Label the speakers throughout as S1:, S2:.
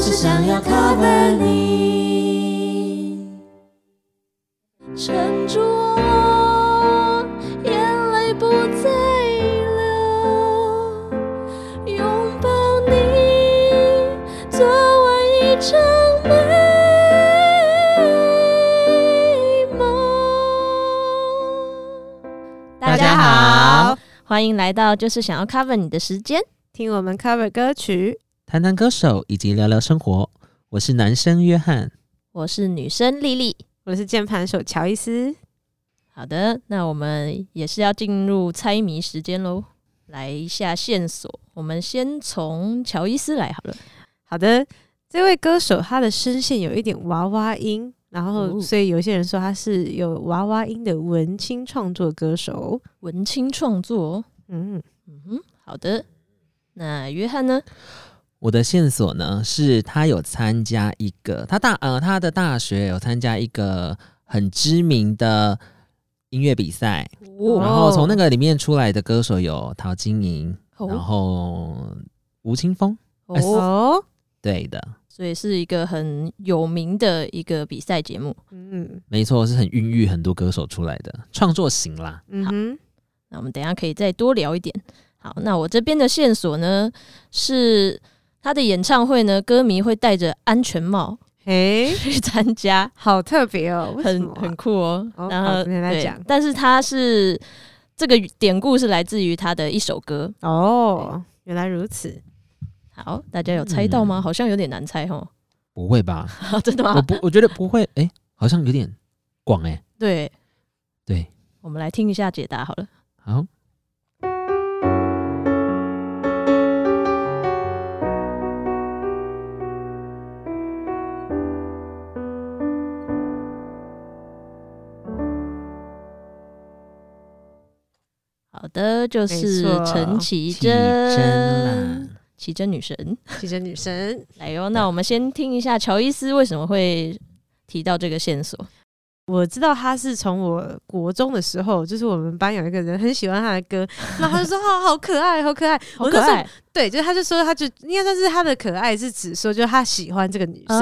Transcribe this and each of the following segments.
S1: 只想要 cover 你。撑住我，眼泪不再流，拥抱你，做完一场美梦。
S2: 大家好，
S1: 欢迎来到就是想要 cover 你的时间。
S2: 听我们 cover 歌曲，
S3: 谈谈歌手以及聊聊生活。我是男生约翰，
S1: 我是女生丽丽。
S2: 我是键盘手乔伊斯。
S1: 好的，那我们也是要进入猜谜时间喽。来一下线索，我们先从乔伊斯来好了。
S2: 好的，这位歌手他的声线有一点娃娃音，然后
S1: 哦
S2: 所以有些人说他是有娃娃音的文青创作歌手。
S1: 文青创作，
S2: 嗯，
S1: 嗯哼，好的。那约翰呢？
S3: 我的线索呢是他有参加一个，他大呃他的大学有参加一个很知名的音乐比赛，哦
S2: 哦
S3: 然后从那个里面出来的歌手有陶晶莹，然
S1: 哦
S3: 后吴青峰，
S1: 哦，
S2: 哦，
S3: 对的，
S1: 所以是一个很有名的一个比赛节目。
S2: 嗯
S3: 没错，是很孕育很多歌手出来的创作型啦。
S2: 嗯哼，
S1: 那我们等一下可以再多聊一点。好，那我这边的线索呢是他的演唱会呢，歌迷会戴着安全帽
S2: 嘿，
S1: 去参加。
S2: 好特别哦，为什
S1: 很
S2: 么啊
S1: 很酷哦。
S2: 哦
S1: 然
S2: 好
S1: 后
S2: 等一下再
S1: 对
S2: 讲
S1: 但是它是这个典故是来自于他的一首歌。
S2: 哦，原来如此。
S1: 好，大家有猜到吗？
S3: 嗯
S1: 好像有点难猜哦。
S3: 不会吧？
S1: 真的
S3: 我
S1: 吗？
S3: 不，我觉得不会，哎、好像有点广哎、
S1: 对，
S3: 对，
S1: 我们来听一下解答好了。
S3: 好，
S1: 好的，就
S2: 没
S1: 是
S2: 错
S1: 陈绮
S3: 奇啦
S1: 贞，。绮贞女神。
S2: 其实 女神，
S1: 来哟、那我们先听一下乔伊斯为什么会提到这个线索。
S2: 我知道他是从我国中的时候，就是我们班有一个人很喜欢他的歌，然后他就说：“哦，好可爱，好可爱。”
S1: 好
S2: 我
S1: 可
S2: 那时候
S1: 爱
S2: 对，就是他就说，他就应该算是他的可爱，是指说就他喜欢这个女生，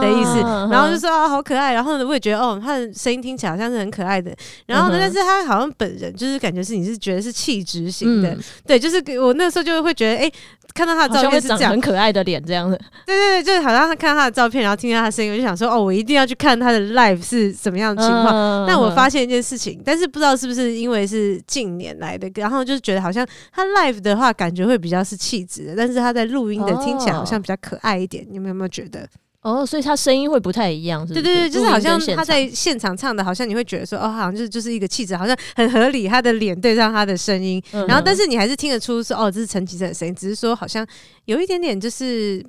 S2: 的意思
S1: 嗯
S2: 然后就说啊好可爱，然后呢我也觉得哦他的声音听起来好像是很可爱的，然后呢、
S1: 嗯哼
S2: 但是他好像本人就是感觉是你是觉得是气质型
S1: 嗯
S2: 的，对，就是给我那时候就会觉得哎、看到他的
S1: 好
S2: 照
S1: 像
S2: 片
S1: 会
S2: 是这
S1: 长
S2: 样
S1: 很，可爱的脸这样的。
S2: 对对对，就是好像他看到他的照片，然后听到他的声音，我就想说哦我一定要去看他的 live 是什么样的情况，
S1: 嗯
S2: 但我发现一件事情，但是不知道是不是因为是近年来的，然后就是觉得好像他 live 的话，感觉会比较是气质的，但是他在录音的
S1: 哦
S2: 听起来好像比较可爱一点。你们有没有觉得？
S1: 哦，所以他声音会不太一样，是不是？
S2: 对对对，就
S1: 录
S2: 是
S1: 音
S2: 好
S1: 跟
S2: 像
S1: 现场
S2: 他在现场唱的，好像你会觉得说，哦，好像就是就是一个气质，好像很合理，他的脸对上他的声音，
S1: 嗯
S2: 然后但是你还是听得出说，哦，这是陈绮贞的声音，只是说好像有一点点就是。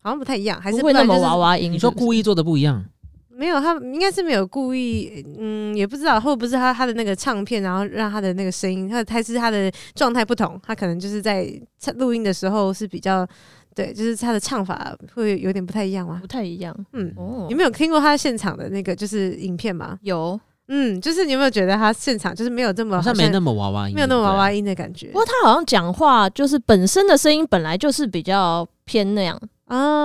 S2: 好像不太一样，还是
S1: 不会那
S2: 知道
S1: 么
S2: 就是
S1: 娃娃音，
S3: 你说
S1: 是不是
S3: 故意做的不一样，
S2: 没有，他应该是没有故意，嗯，也不知道会不会是他他的那个唱片，然后让他的那个声音，他的他是他的状态不同，他可能就是在唱录音的时候是比较，对，就是他的唱法会有点不太一样嘛
S1: 不。太一样
S2: 嗯，
S1: 哦
S2: 你。们有听过他现场的那个就是影片吗？
S1: 有，
S2: 嗯，就是你有没有觉得他现场就是没有这么
S3: 好像没那么娃娃音，
S2: 没有那么啊
S3: 对不对
S2: 娃娃音的感觉
S1: 不过他好像讲话就是本身的声音本来就是比较偏那样，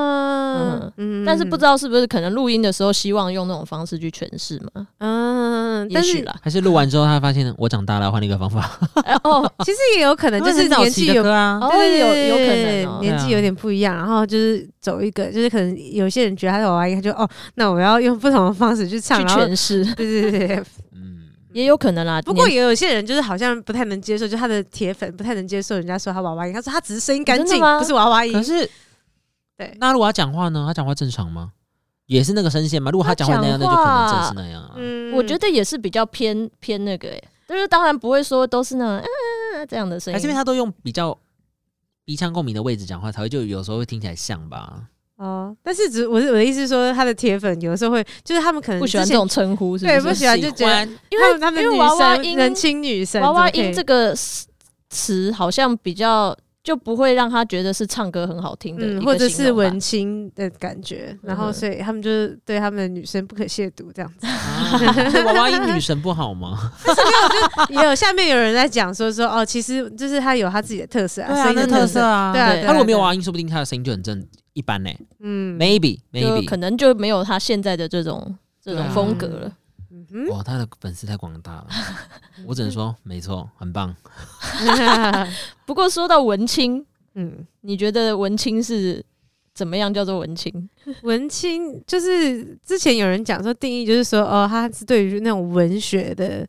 S2: 啊
S1: 嗯？
S2: 嗯
S1: 但是不知道是不是可能录音的时候希望用那种方式去诠释嘛？
S2: 嗯，
S1: 也
S2: 但
S1: 许
S2: 是
S1: 啦。
S3: 还是录完之后，他发现我长大了，换了一个方法，
S1: 哎哦，
S2: 其实也有可能就是
S3: 很早
S2: 年
S3: 期
S2: 纪
S3: 的
S2: 有
S3: 歌啊，
S1: 哦
S2: 对
S1: 有有可
S2: 对对
S1: 能哦
S2: 年纪有点不一样，然后就是走一个，就是可能有些人觉得他是娃娃音，他就哦，那我要用不同的方式去
S1: 去
S2: 唱，然后
S1: 诠释
S2: 对对对对。
S3: 嗯，
S1: 也有可能啦。
S2: 不过
S1: 年
S2: 也有些人就是好像不太能接受，就他的铁粉不太能接受人家说他娃娃音，他说他只是声音干
S1: 真
S2: 净，
S1: 的吗
S2: 不是娃娃音
S3: 可。是
S2: 对，
S3: 那如果他讲话呢？他讲话正常吗？也是那个声线吗？如果他讲话那样，
S1: 他
S3: 那
S1: 讲
S3: 就
S1: 话
S3: 可能正是那样啊。
S2: 嗯
S1: 我觉得也是比较偏偏那个诶、就是当然不会说都是那种啊啊啊这样的声
S3: 还
S1: 音
S3: 是因为，他都用比较鼻腔共鸣的位置讲话，才会就有时候会听起来像吧？
S1: 嗯
S2: 哦，但是只我是我的意思是说，他的铁粉有的时候会，就是他们可能
S1: 不喜欢
S2: 之
S1: 这
S2: 前
S1: 种称呼，是
S2: 对
S1: 不
S2: 不
S1: 是？
S2: 喜欢就
S3: 喜
S2: 觉得
S3: 欢
S1: 因为
S2: 他们
S1: 因为
S2: 女
S1: 娃娃
S2: 神
S1: 音
S2: 人亲女神
S1: 娃娃
S2: 怎么可
S1: 音
S2: 以
S1: 这个词好像比较就不会让他觉得是唱歌很好听的一个形
S2: 嗯，
S1: 容吧，
S2: 或者是文青的感觉，然后
S1: 嗯
S2: 所以他们就是对他们的女生不可亵渎这样子。
S3: 啊娃娃音女神不好吗？
S2: 也有下面有人在讲说说哦，其实就是他有他自己的特色啊，
S3: 对啊，
S2: 声音
S3: 那
S2: 的
S3: 特
S2: 特
S3: 色啊。
S2: 对啊，
S1: 对
S2: 对啊
S3: 他如果没有
S2: 对
S3: 娃
S2: 啊
S3: 娃音，说不定他的声音就很正，一般呢、
S2: 嗯
S3: m a y b e
S1: 就
S3: maybe，
S1: 可能就没有他现在的这种这
S3: 对
S1: 种
S3: 啊
S1: 风格了。
S2: 嗯哼
S3: 哇，他的粉丝太广大了，我只能说没错，很棒。
S1: 不过说到文青，
S2: 嗯，
S1: 你觉得文青是怎么样叫做文青？
S2: 文青就是之前有人讲说定义就是说哦，他是对于那种文学的，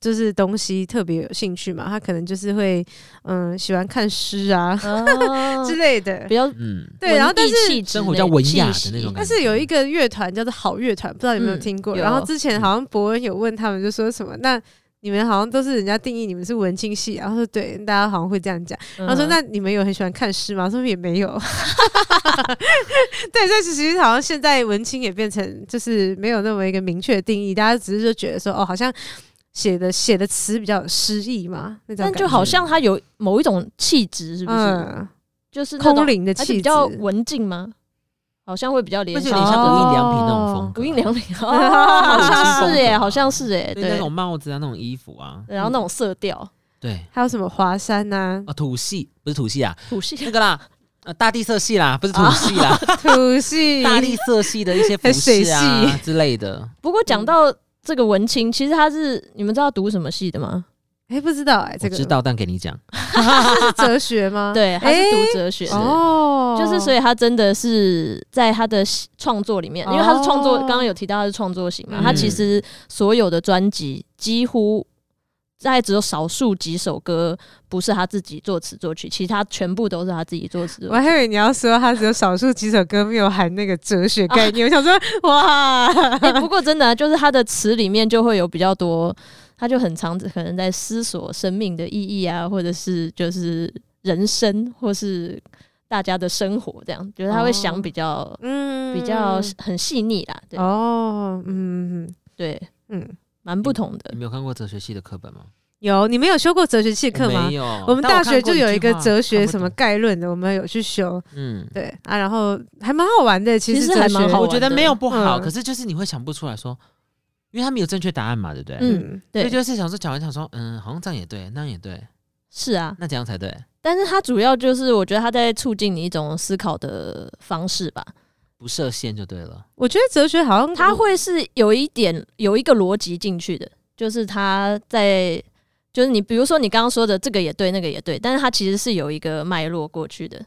S2: 就是东西特别有兴趣嘛，他可能就是会嗯喜欢看诗啊
S1: 啊
S2: 之类的
S1: 比。较
S3: 嗯，
S2: 对，然后但是
S3: 生活比较文雅的那种感
S2: 但
S3: 觉
S2: 是有一个乐团叫做好乐团，不知道有没有
S1: 嗯
S2: 听过？
S1: 有
S2: 然后之前好像伯恩有问他们，就说什么那。你们好像都是人家定义你们是文青系，然后说对，大家好像会这样讲。
S1: 觉。
S2: 然后嗯说那你们有很喜欢看诗吗？他说也没有。 对，但是其实好像现在文青也变成就是没有那么一个明确的定义，大家只是就觉得说哦，好像写的写的词比较有诗意嘛，那种
S1: 但
S2: 感
S1: 就
S2: 觉
S1: 好像他有某一种气质，是不是？
S2: 嗯，
S1: 就是那种
S2: 空灵的
S1: 而且
S2: 气
S1: 比
S2: 质，
S1: 较文静吗？好像会比较
S3: 那
S1: 联
S3: 就
S1: 想
S3: 有点
S1: 到
S3: 像
S2: 哦
S3: 无印良品那种风格，
S1: 无印良品，哦好像是
S3: 文青风格
S1: 耶，
S3: 啊
S1: 好像是耶，
S3: 对那
S1: 对。
S3: 种帽子啊，那种衣服啊，
S1: 然后那种色调，
S3: 对
S2: 还有什么华山呐、
S3: 啊，土系不是土系啊，
S1: 土系
S3: 那个啦，呃，大地色系啦，不是土系啦，
S2: 土系
S3: 大地色系的一些服饰
S2: 哦 水
S3: 啊之类的。
S1: 不过讲到这个文青，其实他是你们知道读什么系的吗？
S2: 哎、不知道哎、 这
S3: 我
S2: 个
S3: 知道，但给你讲，
S2: 是哲学吗？
S1: 对，
S2: 哎
S1: 他是读哲学
S3: 是
S1: 的。
S2: 啊哦，
S1: 就是，所以他真的是在他的创作里面，因为他是创作，
S2: 哦
S1: 刚刚有提到他是创作型嘛，
S2: 嗯
S1: 他其实所有的专辑几乎大概只有少数几首歌不是他自己作词作曲，其他全部都是他自己作词作
S2: 我
S1: 曲。
S2: 还以为你要说他只有少数几首歌没有含那个哲学概念，我想说哇，
S1: 哎、不过真的啊、就是他的词里面就会有比较多，他就很常可能在思索生命的意义啊，或者是就是人生，或是大家的生活这样，就是他会想比较、
S2: 哦 嗯
S1: 比较很细腻啦，对、
S2: 哦，嗯
S1: 对，
S2: 嗯，
S1: 蛮不同的
S3: 你。没有看过哲学系的课本吗？
S2: 有你们有修过哲学系课吗
S3: 没？有，
S2: 我们
S3: 但
S2: 大
S3: 看
S2: 学
S3: 过
S2: 就有一个
S3: 句话
S2: 哲学什么，
S3: 看
S2: 概论的，我们有去
S3: 不
S2: 修，
S3: 懂嗯。
S2: 对啊，然后还蛮好玩的，
S1: 其
S2: 实
S1: 实
S2: 哲
S1: 还
S2: 学
S1: 蛮好
S3: 我
S1: 玩
S3: 觉得
S1: 的
S3: 没有不好，
S2: 嗯
S3: 可是就是你会想不出来说，因为他们有正确答案嘛，对不对？
S1: 嗯
S3: 所以
S1: 对，
S3: 就是想说讲完想说，嗯，好像这样也对，那样也对，
S1: 是啊，
S3: 那怎样才对？
S1: 但是它主要就是我觉得它在促进你一种思考的方式吧。
S3: 不设限就对了。
S2: 我觉得哲学好像
S1: 它会是有一点有一个逻辑进去的，就是它在就是你比如说你刚刚说的这个也对，那个也对，但是它其实是有一个脉络过去的。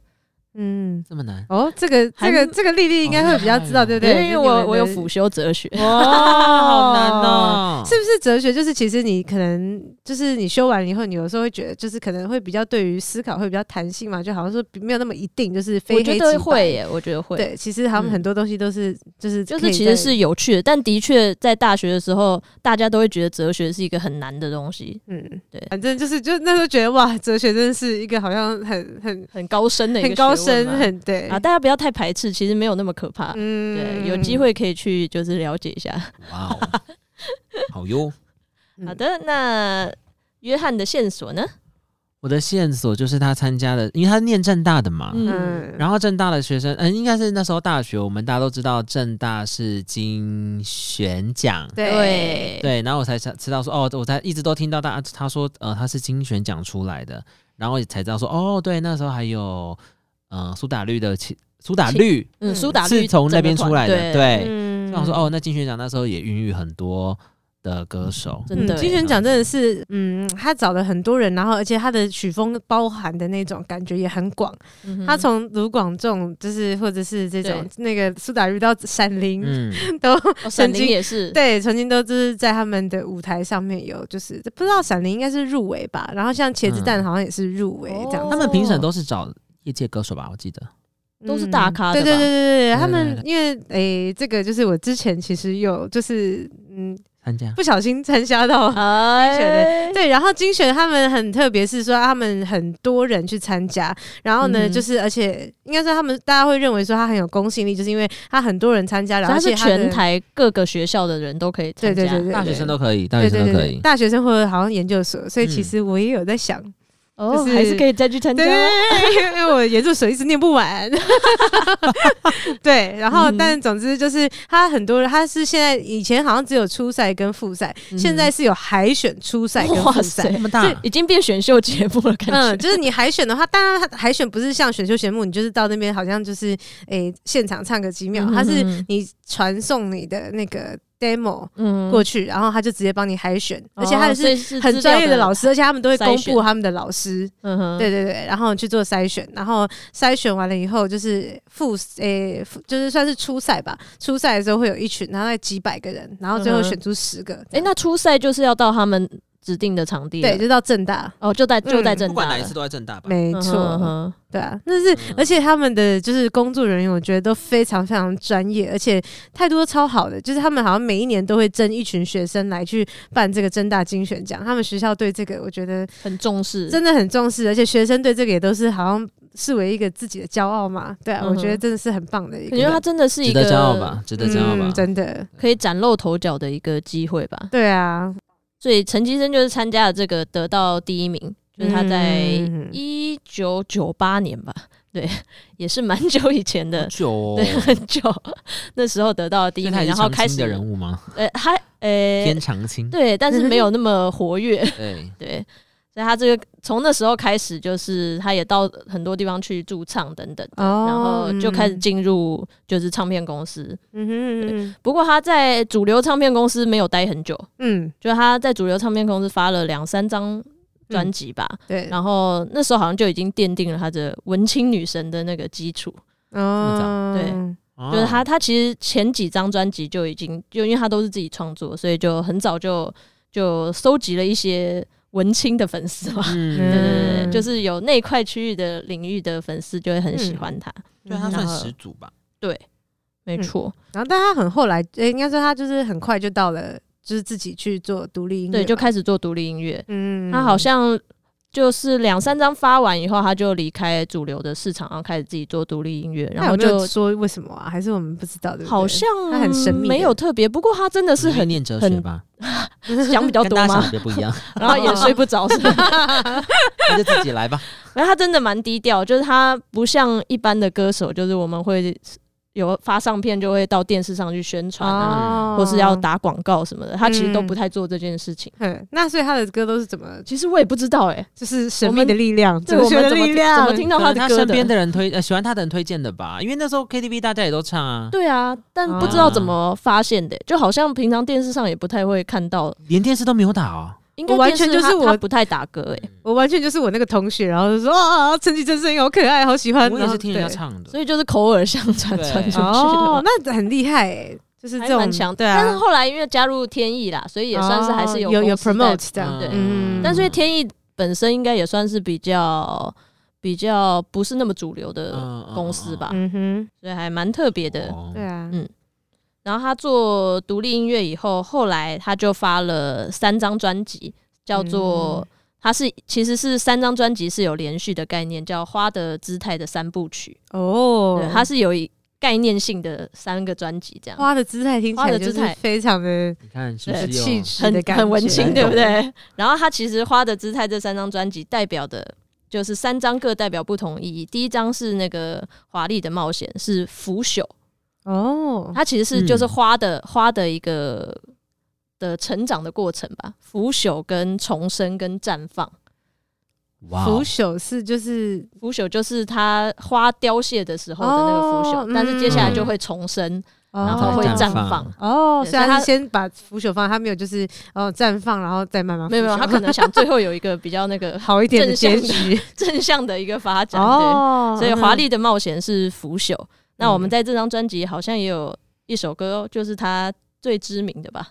S2: 嗯。
S3: 这么难？
S2: 哦，这个这
S1: 还
S2: 个这个丽丽应该会比较知道，
S3: 哦
S2: 对不
S1: 对，
S2: 对？
S1: 因为我我有
S2: 辅。
S1: 辅修哲学，
S3: 哇，好难哦！
S2: 是不是哲学？就是其实你可能就是你修完以后，你有时候会觉得，就是可能会比较对于思考会比较弹性嘛，就好像说比没有那么一定，就是非
S1: 我
S2: 黑
S1: 觉
S2: 即
S1: 得
S2: 白。
S1: 会耶，我觉得会。
S2: 对，其实他
S1: 嗯
S2: 们很多东西都是、就是
S1: 就
S2: 可
S1: 是
S2: 以
S1: 其实
S2: 在
S1: 是有趣的，但的确在大学的时候，大家都会觉得哲学是一个很难的东西，
S2: 嗯
S1: 对
S2: 反正就是就那时候觉得哇，哲学真的是一个好像很很
S1: 很高深的一个
S2: 很高
S1: 学问
S2: 深，
S1: 嘛
S2: 很对
S1: 啊！大家不要太排斥，其实没有那么可怕。
S2: 嗯
S1: 对，有机。会可以去就是了解一下。
S3: 哇哦，好哟！
S2: 嗯
S1: 好的，那约翰的线索呢？
S3: 我的线索就是他参加了，因为他是念正大的嘛。
S1: 嗯
S2: 嗯，
S3: 然后正大的学生，嗯，应该是那时候大学，我们大家都知道正大是金选奖，
S2: 对，
S3: 对，然后我才想知道说，哦，我才一直都听到大他说，呃，他是金选奖出来的，然后才知道说，哦，对，那时候还有，呃，苏打绿的其苏打
S1: 其
S3: 绿
S1: 嗯，
S2: 嗯
S1: 苏打绿
S3: 是从那边
S1: 整个团
S3: 出来的，
S1: 对，
S3: 对。
S2: 嗯
S3: 就想说，哦，那金选奖那时候也孕育很多的歌手，
S1: 真的
S2: 嗯
S1: 欸
S2: 金选奖真的是，嗯，他找了很多人，然后而且他的曲风包含的那种感觉也很广。
S1: 嗯哼
S2: 他从卢广仲，就是或者是这种那个苏打绿到闪灵，
S3: 嗯，
S2: 都
S1: 哦闪灵
S2: 曾经
S1: 也是，
S2: 对，曾经都就是在他们的舞台上面有，就是不知道闪灵应该是入围吧，然后像茄子蛋
S3: 嗯
S2: 好像也是入围这样
S1: 哦
S2: 子，
S3: 他们评审都是找业界歌手吧，我记得，
S1: 都是大咖的
S2: 嗯对对
S1: 吧
S2: 对对对，
S3: 对
S2: 他
S3: 对
S2: 们
S3: 对
S2: 因为诶、这个就是我之前其实有就是嗯
S3: 参加
S2: 不小心参 加到。哦
S1: 哎，
S2: 对，然后精选他们很特别，是说他们很多人去参加，然后
S1: 嗯
S2: 呢，
S1: 哼
S2: 就是而且应该说他们大家会认为说他很有公信力，就是因为他很多人参加，
S1: 所以
S2: 然后
S1: 他
S2: 而且
S1: 是全
S2: 的
S1: 台各个学校的人都可以参加，
S2: 对对对对
S3: 大学生都可以，大
S2: 对
S3: 学
S2: 对
S3: 生
S2: 对
S3: 都可
S2: 对
S3: 以，
S2: 大学生或者好像研究所，所以其
S3: 嗯
S2: 实我也有在想，
S1: 哦，
S2: 就是
S1: 还是可以再去参加
S2: 对，
S1: 啊。
S2: 因为我研究所一直念不完。 对，然后、
S1: 嗯
S2: 但总之就是他很多人，他是现在以前好像只有初赛跟复赛，
S1: 嗯
S2: 现在是有海选、初赛跟
S1: 哇
S2: 复赛。
S1: 塞
S3: 那么
S1: 这
S3: 大，
S1: 已经变选秀节目了，感觉。
S2: 嗯，就是你海选的话，当然它海选不是像选秀节目，你就是到那边好像就是诶、现场唱个几秒
S1: 嗯，哼
S2: 它是
S1: 哼
S2: 你传送你的那个 demo
S1: 嗯
S2: 过去，然后他就直接帮你海选，而且
S1: 哦
S2: 他
S1: 所以
S2: 是
S1: 是
S2: 很
S1: 资
S2: 专
S1: 料
S2: 业
S1: 的
S2: 的老师，而且他们都会公
S1: 筛选
S2: 布他们的老师，
S1: 嗯哼，
S2: 对对对，然后去做筛选，然后筛选完了以后就是复诶、复就是算是初赛吧，初赛的时候会有一群，然后几百个人，然后最后
S1: 嗯哼
S2: 选出十个，
S1: 哎、那初赛就是要到他们指定的场地了，
S2: 对，就到正大，
S1: 哦，就在就在
S2: 嗯
S1: 正
S3: 不管
S1: 大
S3: 哪
S1: 了，
S3: 一次都在正大吧。
S2: 没
S1: 嗯哼
S2: 错，
S1: 嗯哼
S2: 对啊，那是、而且他们的就是工作人员，我觉得都非常非常专业，而且态度都超好的，就是他们好像每一年都会征一群学生来去办这个正大精选奖，他们学校对这个我觉得
S1: 很重视，
S2: 真的很重视，而且学生对这个也都是好像视为一个自己的骄傲嘛。对啊，
S1: 嗯哼
S2: 我觉得真的是很棒的一
S1: 我觉得
S2: 个嗯
S1: 他，真的是一
S3: 值
S1: 个
S3: 得骄傲吧，值得嗯骄傲吧。
S2: 真的，
S1: 可以崭露头角的一个机会吧。
S2: 对啊，
S1: 所以陈绮贞就是参加了这个，得到第一名，就是他在
S2: 嗯
S1: 一九九八年吧，对，也是蛮久以前的
S3: 好，久哦，
S1: 对，很久，那时候得到了第
S3: 所
S1: 一
S3: 以
S1: 名
S3: 他，也是
S1: 然后
S3: 常
S1: 开
S3: 青
S1: 始
S3: 的人物吗？
S1: 呃，他呃
S3: 偏，常青，
S1: 对，但是没有那么活跃，
S3: 对，
S1: 对，所以他这个从那时候开始，就是他也到很多地方去驻唱等等，
S2: 哦，
S1: 然后就开始
S2: 嗯
S1: 进入就是唱片公司。
S2: 嗯哼嗯哼
S1: 不过他在主流唱片公司没有待很久，
S2: 嗯，
S1: 就他在主流唱片公司发了两三张专
S2: 嗯
S1: 辑吧，
S2: 对，
S1: 然后那时候好像就已经奠定了他的文青女神的那个基础，
S2: 哦，
S1: 这么
S3: 哦
S1: 就是
S2: 啊
S1: 他他其实前几张专辑就已经就因为他都是自己创作，所以就很早就就收集了一些文青的粉丝嘛。 对
S3: 嗯，
S1: 对对
S2: 嗯
S1: 对，就是有那块区域的领域的粉丝就会很喜欢他，
S3: 对他
S2: 嗯
S3: 算
S1: 然后
S3: 始祖吧。
S1: 没错，
S2: 然后但他很后来，诶应该说他就是很快就到了，就是自己去做独立音乐嘛，
S1: 对，就开始做独立音乐。
S2: 嗯，
S1: 他好像就是两三张发完以后，他就离开主流的市场，然后开始自己做独立音乐，然
S2: 他有
S1: 后
S2: 没有
S1: 就
S2: 说为什么啊？还是我们不知道，对不对？
S1: 好像
S2: 他很神秘的嗯
S1: 没有特别。不过他真的是很
S3: 念哲学吧，
S1: 想比较
S3: 跟
S1: 多
S3: 大家想
S1: 嘛
S3: 的，不一样，
S1: 然后也睡不 着，是吧？
S3: 那就自己来吧。
S1: 然后他真的蛮低调，就是他不像一般的歌手，就是我们会有发唱片就会到电视上去宣传啊，
S2: 哦
S1: 或是要。打广告什么的，他其实都不太做这件事情。
S2: 嗯，那所以他的歌都是怎么，
S1: 其实我也不知道哎、
S2: 就是神秘的力量，
S1: 对
S2: 哲
S1: 我
S2: 学
S1: 们
S2: 的
S1: 怎么
S2: 力
S1: 听
S2: 量，
S1: 怎么听到
S3: 可
S1: 他
S3: 能他
S1: 歌
S3: 啊身边
S1: 的？
S3: 的人推呃喜欢他的人推荐的吧，因为那时候 KTV 大家也都唱啊，
S1: 对啊，但不知道怎么发现的、欸就好像平常电视上也不太会看到，
S3: 连电视都没有打哦。
S1: 应该
S2: 我完全
S1: 电视
S2: 就是
S1: 他
S2: 我嗯
S1: 他不太打歌哎、
S2: 我完全就是我那个同学，然后就说啊，陈绮贞声音好可爱，好喜欢。
S3: 我也
S2: 然后
S3: 是听人家
S2: 对
S3: 唱的，
S1: 所以就是口耳相传
S3: 对
S1: 传出去的
S2: 哦
S1: 嘛。，
S2: 那很厉害诶，就是
S1: 还
S2: 这
S1: 蛮
S2: 种
S1: 强，
S2: 对
S1: 但是
S2: 啊，
S1: 后来因为加入天意啦，所以也算是还是
S2: 哦
S1: 有
S2: 有有
S1: 公司在
S2: promote 这样，
S1: 对
S2: 嗯
S1: 但是因为天意本身应该也算是比较比较不是那么主流的
S3: 嗯
S1: 公司吧，
S2: 嗯哼，
S1: 所以还蛮特别的。
S3: 哦
S2: 对啊
S1: 嗯，然后他做独立音乐以后，后来他就发了三张专辑，叫
S2: 嗯
S1: 做、他是其实是三张专辑是有连续的概念，叫《花的姿态》的三部曲，
S2: 哦
S1: 对，，它是有一概念性的三个专辑这样。
S2: 花的姿态听起
S1: 花的
S2: 来
S1: 姿
S2: 就是
S1: 态
S2: 非常的
S3: 你看是不
S1: 对
S3: 是有
S2: 气质
S1: 很
S2: 的感觉，
S1: 很文青，对不
S3: 懂
S1: 对？然后他其实《花的姿态》这三张专辑代表的就是三张各代表不同意义。第一张是那个华丽的冒险，是腐朽，
S2: 哦，
S1: 它其实是就是
S3: 嗯
S1: 花的、花的一个的成长的过程吧，腐朽跟重生跟绽放。
S3: 哇哦
S2: 腐朽是就是
S1: 腐朽就是它花凋谢的时候的那个腐朽，
S2: 哦
S1: 但是接下来
S3: 嗯
S1: 就会重生，
S3: 然
S1: 然
S3: 后
S1: 后会
S3: 再
S1: 绽
S3: 嗯绽
S1: 放。
S3: 放
S2: 哦，
S1: 对
S2: 所
S1: 所
S2: 以
S1: 以他
S2: 他是先把腐朽放，他没有就是哦绽放，然后再慢慢
S1: 没有没有，
S2: 腐朽
S1: 他可能想最后有一个比较那个
S2: 好一点的结
S1: 正向
S2: 局
S1: 正向的一个发展。对。
S2: 哦
S1: 所以《华
S2: 嗯
S1: 丽的冒险》是腐朽。那我们在这张专辑好像也有一首歌哦，就是他最知名的吧，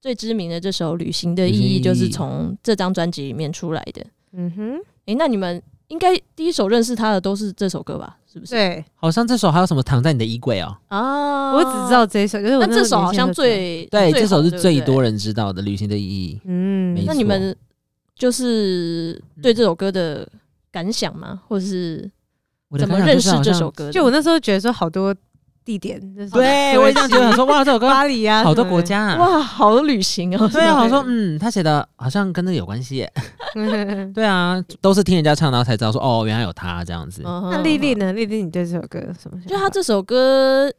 S1: 最知名的这首《旅行的意义》
S3: 旅行的意义
S1: 就是从这张专辑里面出来的。
S2: 嗯哼，
S1: 诶，那你们应该第一首认识他的都是这首歌吧？是不是？
S2: 对
S3: 好像这首还有什么躺在你的衣柜哦？
S1: 啊，
S2: 我只知。道这一首，就是
S1: 那
S2: 我那时候
S1: 这首好像
S2: 年轻的时候
S1: 最
S3: 对，这首是最。
S1: 红对不
S3: 多人知道的《旅行的意义》。没
S2: 嗯
S1: 对那你们就是
S3: 嗯
S1: 对这首歌的感想吗？或者是
S3: 我的
S1: 怎么
S3: 感
S1: 认
S3: 想就是
S1: 识
S3: 好
S1: 这
S3: 像
S1: 首歌的？
S2: 就我那时候觉得说好多地点，就是
S1: 啊
S3: 对，我也这样觉得，想说哇，这首 歌
S2: 巴黎啊，
S3: 好多 国，家、啊。
S1: 哇，好旅行哦！
S3: 对啊，我
S2: 对
S3: 说嗯，他写的好像跟这有关系耶。
S1: 嗯
S3: 对啊，都是听人家唱，然后才知道说哦，原来有他这样子。
S1: 那
S2: 那丽丽，呢？丽丽，你对这首歌有什么想法？
S1: 就她这首歌，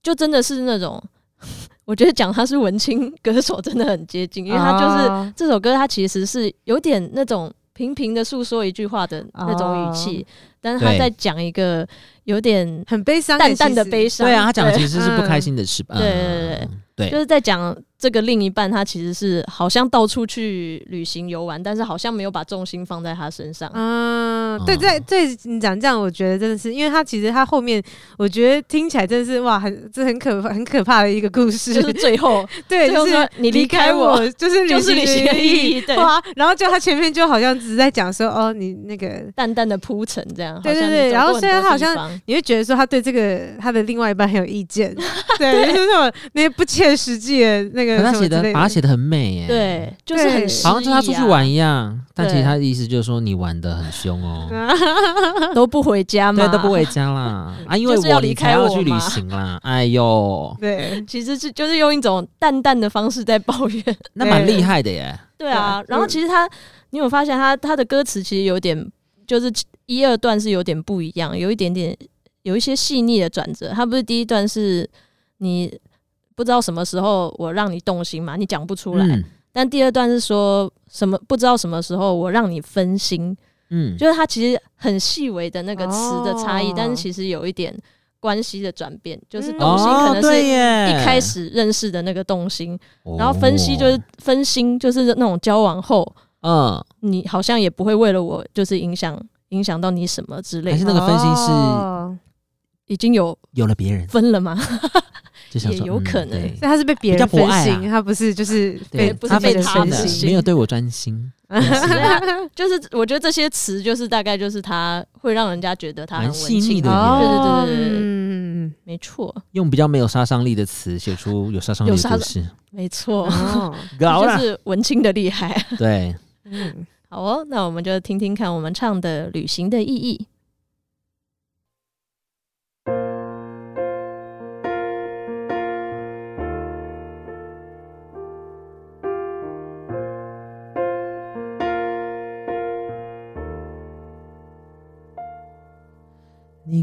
S1: 就真的是那种， 我觉得讲她是文青歌手真的很接近，因为她就是、
S2: 哦
S1: 这首歌，它其实是有点那种平平的诉说一句话的那种语气，但是他
S3: 对
S1: 在讲一个有点
S2: 很悲哦伤耶，
S1: 淡淡的
S2: 其实
S1: 悲伤。
S3: 对啊，他讲的
S1: 对
S3: 其实是不
S2: 嗯
S3: 开心的事吧？
S1: 对对对
S3: 对
S1: 就
S3: 对
S1: 是在讲这个另一半，他其实是好像到处去旅行游玩，但是好像没有把重心放在他身上。
S2: 嗯，
S1: 哦
S2: 对，
S3: 嗯
S2: 在对你讲这样，我觉得真的是，因为他其实他后面，我觉得听起来真的是哇，很这很可怕，很可怕的一个故事，
S1: 就是最后，
S2: 对，
S1: 最
S2: 就
S1: 后
S2: 是
S1: 说你离开我，
S2: 就是
S1: 就是
S2: 旅行
S1: 旅行
S2: 的
S1: 的意义对
S2: 哇，然后就他前面就好像只是在讲说，哦，你那个。
S1: 淡淡的铺陈这样。
S2: 对
S1: 好
S2: 对
S1: 像
S2: 对
S1: 你走过
S2: 然后
S1: 很多
S2: 虽然好像
S1: 地方
S2: 你会觉得说他对这个他的另外一半很有意见，对，就是那种那些不切实际的 那个
S3: 可他
S2: 什么
S3: 写
S2: 之
S3: 的
S2: 类
S3: 把他写的很美耶。
S1: 对，啊就是
S2: 对
S1: 很诗意啊、
S3: 好像就他出去玩一样，但其实
S1: 对
S3: 他的意思就是说你玩的很凶哦，
S1: 都不回家嘛，
S3: 对，都不。回 家啦啊，因为
S1: 啊就是要
S3: 我
S1: 离
S3: 你才
S1: 开
S3: 要
S1: 我
S3: 去旅
S1: 嘛
S3: 行啦，哎呦，
S2: 对，
S1: 其实是就是用一种淡淡的方式在抱怨。
S3: 那蛮
S2: 对
S3: 厉害的耶，
S1: 对啊
S2: 对，
S1: 然后
S2: 就
S1: 其实他，你有发现他他的歌词其实有点，就是一二段是有点不一样，有一点点有一些细腻的转折。他不是第一段是你不知道什么时候我让你动心嘛，你讲不出来。
S3: 嗯
S1: 但第二段是说什么不知道什么时候我让你分心，
S3: 嗯，
S1: 就是他其实很细微的那个词的差异，
S2: 哦
S1: 但是其实有一点关系的转变，就是
S2: 嗯
S1: 动心可能
S3: 哦对
S1: 是
S3: 耶
S1: 一开，始认识的那个动心，然后
S3: 嗯哦
S1: 分析就是分心，就是那种交往后。
S3: 嗯，
S1: 你好像也不会为了我就是影响影响到你什么之类
S3: 还是
S1: 的。
S3: 那个分心是
S2: 哦
S1: 已经有
S3: 有了别人，
S1: 分了吗？
S3: 就想
S1: 也
S3: 说
S1: 有
S3: 嗯
S1: 可能
S3: 对
S2: 所以他是被别
S3: 比较
S2: 人
S3: 博
S2: 分
S3: 爱啊
S2: 心，他不是就是被
S3: 对，
S1: 不是
S3: 他
S1: 被
S3: 分
S1: 他
S3: 心
S1: 的
S3: 了
S1: 心
S3: 没有对我专 心，啊
S1: 就是我觉得这些词就是大概就是他会让人家觉得他很
S3: 蛮
S1: 文
S3: 细腻
S1: 青
S3: 的
S1: 啊对
S2: 哦，
S1: 对对对对
S2: 嗯，
S1: 没错，
S3: 用比较没有杀伤力的词写出有杀伤力
S1: 有
S3: 的
S1: 杀
S3: 故事，
S1: 没错，
S3: 嗯
S2: 哦，
S3: 搞
S1: 这就
S3: 啦，
S1: 是文青的厉害。
S3: 对，
S2: 嗯，
S1: 好哦，那我们就听听看我们唱的《旅行的意义》。
S3: 你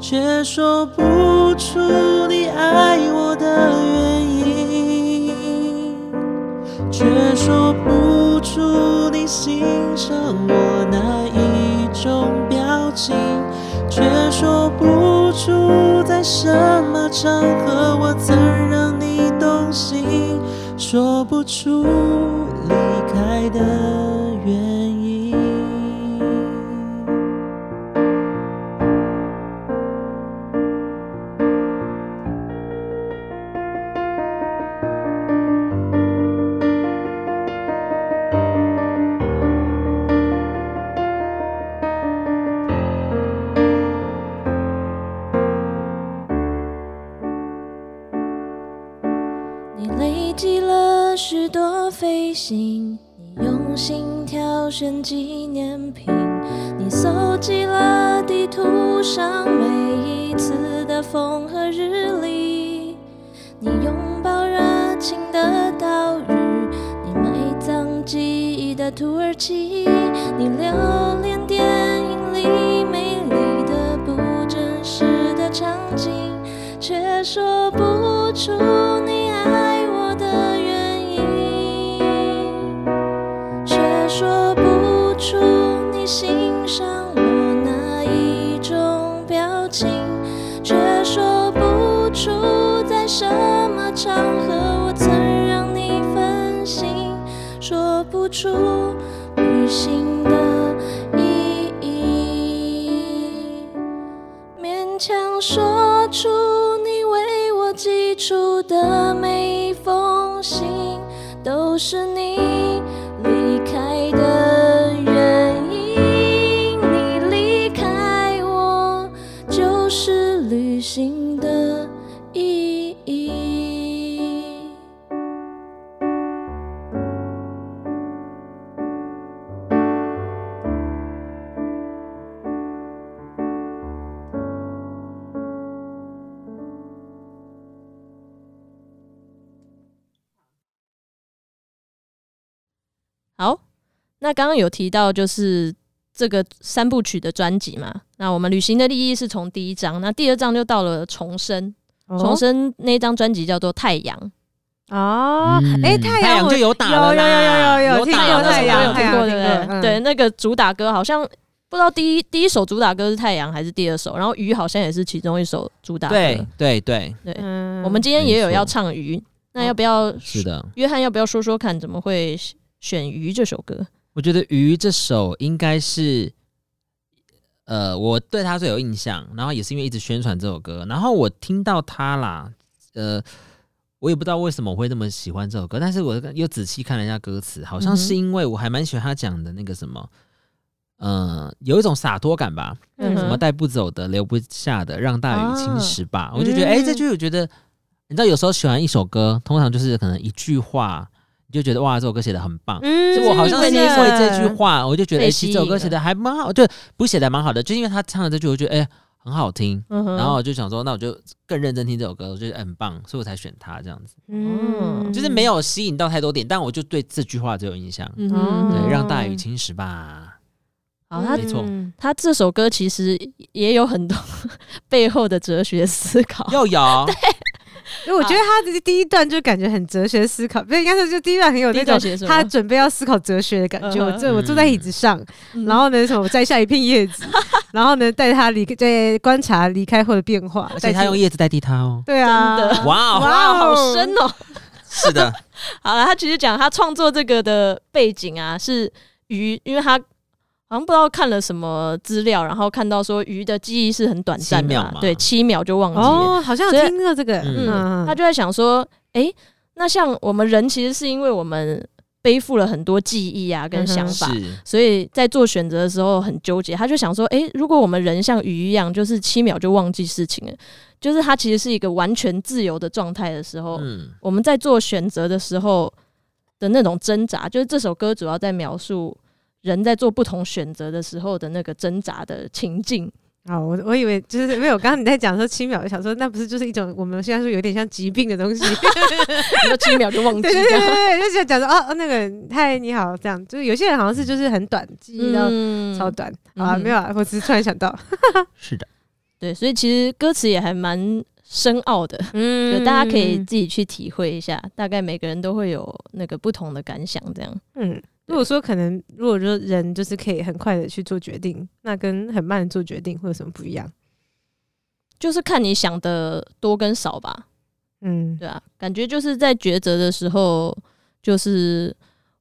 S3: 却说不出你爱我的原因，却说不出你欣赏我哪一种表情，却说不出在什么场合我曾让你动心，说不出离开的原因。
S4: 你累积了许多飞行，你用心挑选纪念品，你搜集了地图上每一次的风和日丽，你拥抱热情的岛屿，你埋葬记忆的土耳其，你留恋电影里美丽的不真实的场景。却说不出你爱我的原因，却说不出你欣赏我哪一种表情，却说不出在什么场合我曾让你分心，说不出旅行的意义。勉强说出你为我寄出的每一封心都是你离开的原因。你离开我，就是旅行的意义。
S1: 好，那刚刚有提到就是这个三部曲的专辑嘛，那我们旅行的利益是从第一章，那第二章就到了重生，重生那一张专辑叫做太
S3: 啊
S1: 阳，
S2: 哦，哎，
S3: 嗯太
S2: 阳
S3: 阳
S2: 我
S3: 就有打了
S2: 有
S3: 啦
S2: 有有有
S3: 有
S2: 听
S3: 打
S2: 过
S3: 了
S2: 太阳
S1: 有
S2: 太
S1: 听
S2: 阳
S1: 过对
S2: 听
S1: 不
S2: 过
S1: 对？
S2: 嗯
S1: 对，那个主打歌好像。不知道第一第一首主打歌是太阳还是第二首，然后鱼好像也是其中一首主打歌。
S3: 对对对，
S1: 对
S2: 嗯
S1: 我们今天也有
S3: 没错
S1: 要唱鱼，那要不要
S3: 是的。
S1: 约翰要不要说说看，怎么会选选《鱼》这首歌？
S3: 我觉得《鱼》这首应该是，呃，我对它最有印象，然后也是因为一直宣传这首歌，然后我听到它啦，呃，我也不知道为什么我会那么喜欢这首歌，但是我又仔细看了一下歌词，好像是
S1: 嗯
S3: 因为我还蛮喜欢他讲的那个什么，呃，有一种洒脱感吧，
S2: 嗯
S3: 什
S1: 嗯哦
S3: 么带不走的、留不下的，让大雨侵蚀吧。我就觉得，
S2: 嗯
S3: 哎、这句我觉得，你知道，有时候喜欢一首歌，通常就是可能一句话，你就觉得哇，这首歌写的很棒。
S2: 嗯
S3: 就我好像是因为这句，话，我就觉得
S1: 被
S3: 哎，
S1: 吸引
S3: 其实这首歌写的还蛮好，对，不写的蛮好的，就因为他唱的这句，我觉得哎、很好听，
S1: 嗯哼
S3: 然后我就想说，那我就更认真听这首歌，我觉得哎很棒，所以我才选它这样子，
S1: 嗯
S3: 就是没有吸引到太多点，但我就对这句话最有印象，
S1: 嗯
S3: 对，
S2: 哦
S1: 哼，
S3: 让大雨侵蚀吧，
S1: 好，哦他
S3: 没错
S2: 嗯
S1: 他这首歌其实也有很多 背后的哲学思考。
S3: 又 有，
S2: 因为我觉得他的第一段就感觉很哲学思考，不是应该说就第一段很有
S1: 第
S2: 那
S1: 一段
S2: 种
S1: 写什么
S2: 他准备要思考哲学的感觉。
S1: 嗯
S2: 我
S1: 哼
S2: 坐我坐在椅子上，
S1: 嗯
S2: 然后呢，什么我摘下一片叶子，然后呢带他离在观察离开后的变化，
S3: 而
S2: 带
S3: 且他用叶子代替它哦，
S2: 对
S1: 真
S2: 啊
S1: 的，
S3: 哇哦，
S1: 哇，好
S2: 哇哦
S1: 深哦！
S3: 是的，
S1: 好了，他其实讲他创作这个的背景啊，是鱼，因为他好像不知道看了什么资料，然后看到说鱼的记忆是很短暂的
S3: 七秒
S1: 嘛
S3: 嘛，
S1: 对，七秒就忘记了。
S2: 哦，好像
S1: 所以
S2: 有听过这个，
S3: 嗯
S2: 嗯，
S1: 他就在想说，诶，那像我们人其实是因为我们背负了很多记忆啊
S2: 嗯
S1: 跟想法，
S3: 是，
S1: 所以在做选择的时候很纠结。他就想说，诶，如果我们人像鱼一样，就是七秒就忘记事情了，就是他其实是一个完全自由的状态的时候，
S3: 嗯，
S1: 我们在做选择的时候的那种挣扎，就是这首歌主要在描述。人在做不同选择的时候的那个挣扎的情境，
S2: 啊，我我以为就是没有，刚刚你在讲说七秒，我想说那不是就是一种我们现在说有点像疾病的东 西，
S1: 你说七秒就忘记
S2: 对对
S1: 这
S2: 对
S1: 样，
S2: 对，对就是讲说哦，哦那个嗨你好这样，就是有些人好像是就是很短，记忆到
S1: 嗯
S2: 超短啊，
S1: 嗯
S2: 没有啊，我只是突然想 到，
S3: 是的，
S1: 对，所以其实歌词也还蛮深奥的，
S2: 嗯
S1: 就大家可以自己去体会一下，大概每个人都会有那个不同的感想，这样。
S2: 嗯。如果说可能，如果说人就是可以很快的去做决定，那跟很慢的做决定会有什么不一样？
S1: 就是看你想的多跟少吧，
S2: 嗯，
S1: 对啊，感觉就是在抉择的时候，就是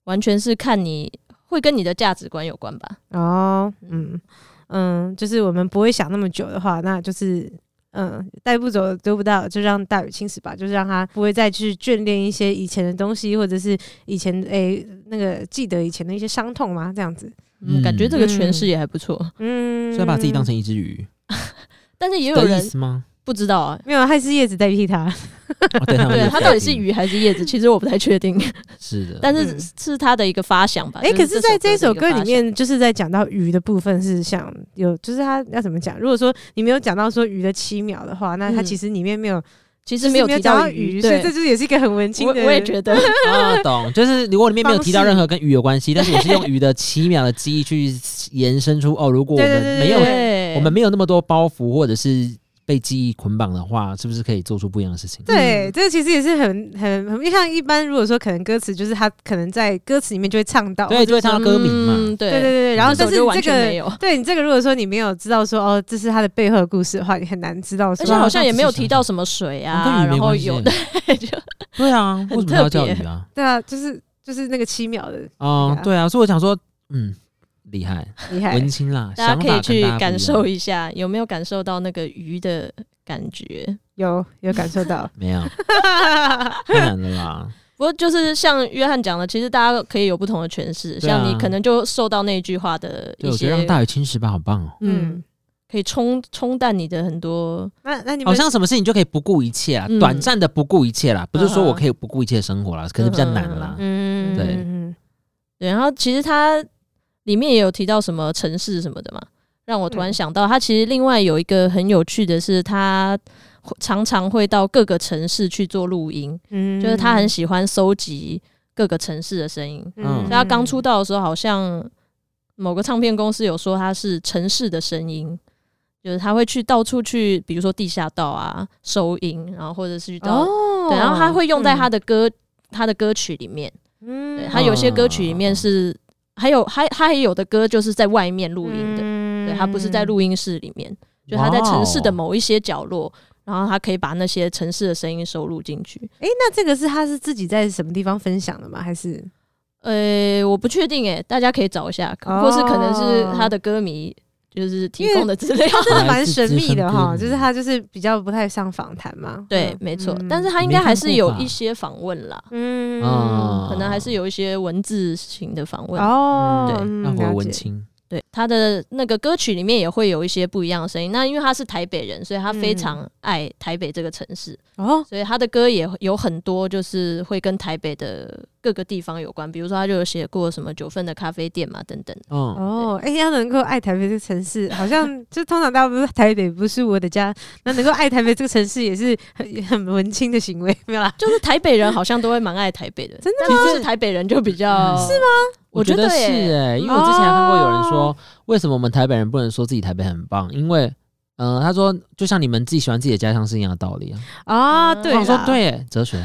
S1: 完全是看你会跟你的价值观有关吧。
S2: 哦，嗯嗯，就是我们不会想那么久的话，那就是嗯，带不走丢不到，就让大雨侵蚀吧，就是让他不会再去眷恋一些以前的东西，或者是以前诶、那个记得以前的一些伤痛嘛，这样子。
S1: 嗯，
S3: 嗯
S1: 感觉这个诠释也还不错，
S2: 嗯，
S3: 所以把自己当成一只鱼
S1: 但是也有
S3: 的意
S1: 人
S3: 思吗？
S1: 不知道啊。
S2: 没有，还是叶子代替他。
S3: 哦对，他们
S1: 对
S3: 就
S1: 它
S3: 这
S1: 到
S3: 样
S1: 底是
S3: 听，
S1: 鱼还是 叶子，其实我不太确定，
S3: 是的，
S1: 但是
S2: 嗯
S1: 是他的一个发想吧。
S2: 诶，可是在这首
S1: 的一个
S2: 歌里
S1: 发想
S2: 面，就是在讲到鱼的部分是想有，就是他要怎么讲？如果说你没有讲到说鱼的七秒的话，那它
S1: 嗯
S2: 其实里面没有，
S1: 其实
S2: 就是
S1: 没有提
S2: 讲到
S1: 鱼，
S2: 所
S1: 对
S2: 以这，就是也是一个很文青
S1: 我
S2: 的。
S1: 我也觉 得，
S3: 啊，懂，就是如果里面没有提到
S2: 方式
S3: 任何跟鱼有关系，但是我是用鱼的奇妙的记忆去延伸出哦，如果我
S2: 对对
S3: 们
S2: 对
S3: 没有
S2: 对
S1: 对
S3: 我们没有那么多包袱或者是被记忆捆绑的话，是不是可以做出不一样的事情？
S2: 对，
S1: 嗯
S2: 这其实也是很很很，像一般如果说可能歌词就是他可能在歌词里面就会唱到，
S3: 对，就会唱到歌名嘛。哦
S1: 嗯，对
S2: 对对对对，然后但
S1: 这
S2: 是
S1: 首就完
S2: 这
S1: 全没
S2: 个
S1: 有，
S2: 对你这个如果说你没有知道说哦这是他的背后的故事的话，你很难知道说，
S1: 而且好像也没有
S3: 自己想
S1: 提到什么水啊，
S3: 跟鱼没
S1: 然后
S3: 关系
S1: 有就
S3: 对啊，为什么要叫鱼啊？
S2: 对啊，就是就是那个七秒的
S3: 哦，对啊，所以我想说，嗯，厉害，
S2: 厉害，
S3: 文青啦，
S1: 大家可以去感受
S3: 一
S1: 一下，有没有感受到那个鱼的感觉？
S3: ，
S2: 有有感受到
S3: 没有太难了啦。
S1: 不过就是像约翰讲的，其实大家可以有不同的诠释。
S3: 对啊
S1: 像你可能就受到那句话的
S3: 对，
S1: 一
S3: 我觉
S1: 些
S3: 得，让大雨侵蚀吧，好棒哦！
S2: 嗯
S1: 嗯，可以冲冲淡你的很多。
S2: 那那你
S3: 好
S2: 们
S3: 像什么事情就可以不顾一切啊，
S1: 嗯
S3: 短暂的不顾一切啦，不是说
S1: 嗯哼
S3: 我可以不顾一切生活啦，可是比较难啦。
S2: 嗯
S3: 对
S2: 嗯
S1: 对，然后其实它里面也有提到什么城市什么的嘛，让我突然
S2: 嗯
S1: 想到，它其实另外有一个很有趣的是，它会常常会到各个城市去做录音，
S2: 嗯
S1: 就是他很喜欢收集各个城市的声音。
S3: 嗯
S1: 所以他刚出道的时候，好像某个唱片公司有说他是城市的声音，就是他会去到处去，比如说地下道啊收音，然后或者是去到、
S2: 哦
S1: 对，然后他会用
S3: 嗯
S1: 在他，的歌、他的歌曲里面，对
S2: 嗯
S1: 他有些歌曲里面是、还有还他还有的歌就是在外面录音的，
S2: 的
S1: 对他不是在，录音室里面，就他在城市的
S3: 嗯哇哦
S1: 某一些角落。然后他可以把那些城市的声音收录进去。
S2: 哎，那这个是他是自己在什么地方分享的吗？还是
S1: 呃，我不确定诶，大家可以找一下，
S2: 哦
S1: 或是可能是他的歌迷就是提供的资 料。
S2: 真的蛮神秘的哈，
S3: 来自资深
S2: 就
S3: 歌迷
S2: 是他就是比较不太上访谈嘛，
S1: 对
S2: 嗯，
S1: 没错，
S2: 嗯
S1: 但是他应该还是有一些访问啦，
S2: 嗯
S3: 嗯，
S1: 可能还是有一些文字型的访问。
S2: 哦，
S1: 对
S2: 嗯
S3: 让我
S2: 了
S3: 文
S2: 解
S3: 青，
S1: 对，他的那个歌曲里面也会有一些不一样的声音。那因为他是台北人，所以他非常
S2: 嗯
S1: 爱台北这个城市，
S2: 哦，
S1: 所以他的歌也有很多就是会跟台北的各个地方有关。比如说，他就有写过什么九份的咖啡店嘛，等等。
S3: 嗯，
S2: 哦，哎、要能够爱台北这个城市， 好像就通常大家不是台北不是我的家，那能够爱台北这个城市也是很 很文青的行为，没有啦。
S1: 就是台北人好像都会蛮爱台北的，
S2: 真的
S1: 但是台北人就比较
S3: 嗯
S1: 是吗？我觉
S3: 觉得是
S1: 耶
S3: 哎，因为我之前还看过有人说，为什么我们台北人不能说自己台北很棒？因为，呃，他说就像你们自己喜欢自己的家乡是一样的道理啊。
S2: 啊、
S1: 嗯
S2: 对
S3: 我
S2: 啦，
S3: 想说对耶，哲学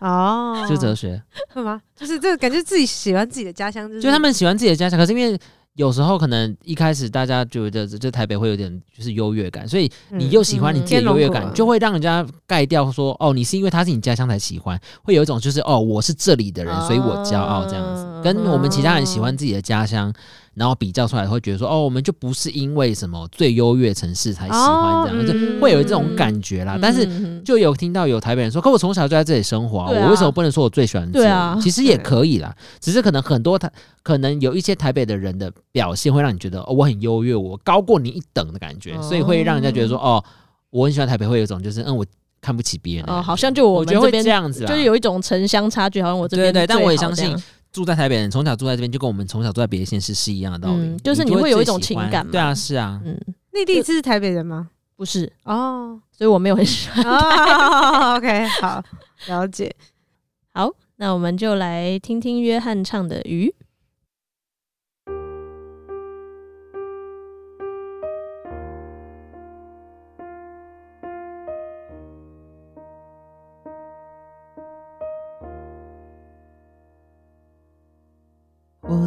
S2: 哦，
S3: 就哲学，
S2: 会吗？ 就是这个感觉自己喜欢自己的家乡，就是
S3: 就他们喜欢自己的家乡，可是因为有时候可能一开始大家觉得这这台北会有点就是优越感，所以你又喜欢你自己的优越
S2: 嗯
S3: 感，
S2: 嗯
S3: 就会让人家盖掉说哦，你是因为他是你家乡才喜欢，会有一种就是哦，我是这里的人，
S1: 啊
S2: 啊
S3: 所以我骄傲这样子
S1: 哦。
S3: 跟我们其他人喜欢自己的家乡，然后比较出来，会觉得说哦，我们就不是因为什么最优越城市才喜欢这样，
S2: 哦
S3: 就
S2: 嗯
S3: 会有这种感觉啦。但是
S1: 嗯嗯嗯
S3: 就有听到有台北人说，可我从小就在这里生活、啊，
S1: 对啊
S3: 我为什么不能说我最喜欢这里？
S1: 对啊
S3: 其实也可以啦，只是可能很多台，可能有一些台北的人的表现会让你觉得哦，我很优越，我高过你一等的感觉，
S1: 哦
S3: 所以会让人家觉得说哦，我很喜欢台北，会有一种就是嗯，我看不起别人的感
S1: 哦，
S3: 觉。
S1: 好像就
S3: 我
S1: 们
S3: 觉得
S1: 这
S3: 会
S1: 边
S3: 这样子啊啦，
S1: 就是有一种城乡差距，好像我这边
S3: 对对但
S1: 最
S3: 我也
S1: 好
S3: 相
S1: 这样
S3: 住在台北人从小住在这边，就跟我们从小住在别的县市是一样的道理，
S1: 嗯就是
S3: 你
S1: 你会有一种
S3: 最喜欢
S1: 情感嘛
S3: 对啊，是啊，
S1: 嗯，
S2: 内地是台北人吗？
S1: 不是，
S2: 哦，
S1: 所以我没有很喜欢。
S2: 哦 ，OK，好，了解。
S1: 好，那我们就来听听约翰唱的《鱼》。
S5: 我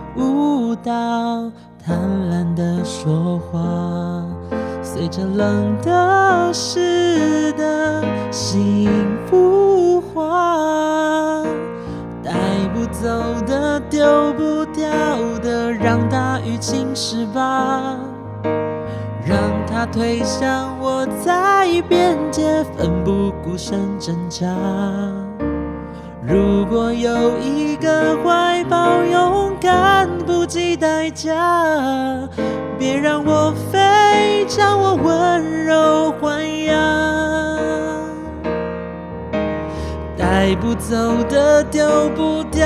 S5: 舞蹈，贪婪的说话，随着冷的湿的幸福化，带不走的丢不掉的，让大雨侵蚀吧。让它推向我在边界，奋不顾身挣扎。如果有一个怀抱勇敢，不计代价，别让我飞，叫我温柔豢养。带不走的，丢不掉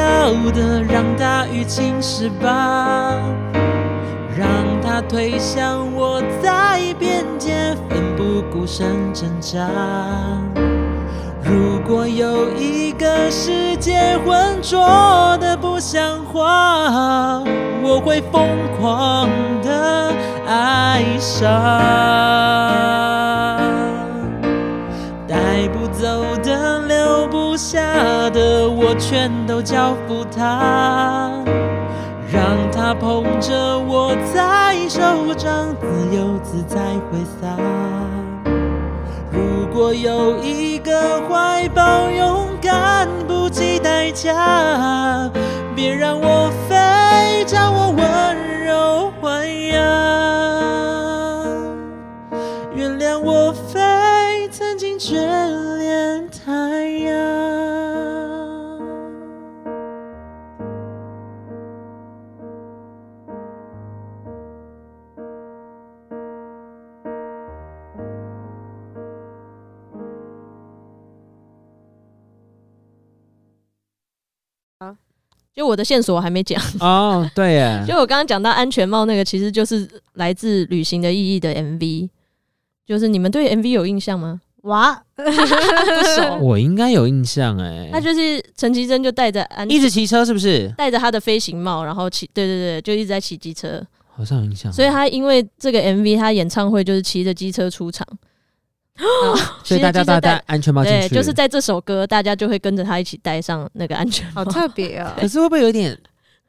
S5: 的，让大雨侵蚀吧，让它推向我在边界，奋不顾身挣扎。如果有一个世界浑浊的不像话，我会疯狂的爱上。带不走的，留不留下的我全都交付他，让他捧着我在手掌自由自在挥洒。如果有一个怀抱勇敢，不计代价，别让我飞，叫我温柔豢养。原谅我非曾经眷恋太阳。
S1: 就我的线索我还没讲，
S3: 哦，对耶，
S1: 就我刚刚讲到安全帽那个，其实就是来自《旅行的意义》的 MV，就是你们对 MV 有印象吗？
S2: 哇，
S1: 不熟，
S3: 我应该有印象哎
S1: 他。就是陈绮贞就戴着安
S3: 一直骑车是不是？
S1: 戴着他的飞行帽，然后骑，对对对，就一直在骑机车。
S3: 好像有印象。
S1: 所以他因为这个 MV，他演唱会就是骑着机车出场，啊然后
S3: 所以大家
S1: 骑着机车
S3: 大家
S1: 戴
S3: 安全帽进
S1: 对，
S3: 去，
S1: 就是。在这首歌，大家就会跟着他一起戴上那个安全帽
S2: 好。特 别哦！
S3: 可是会不会有点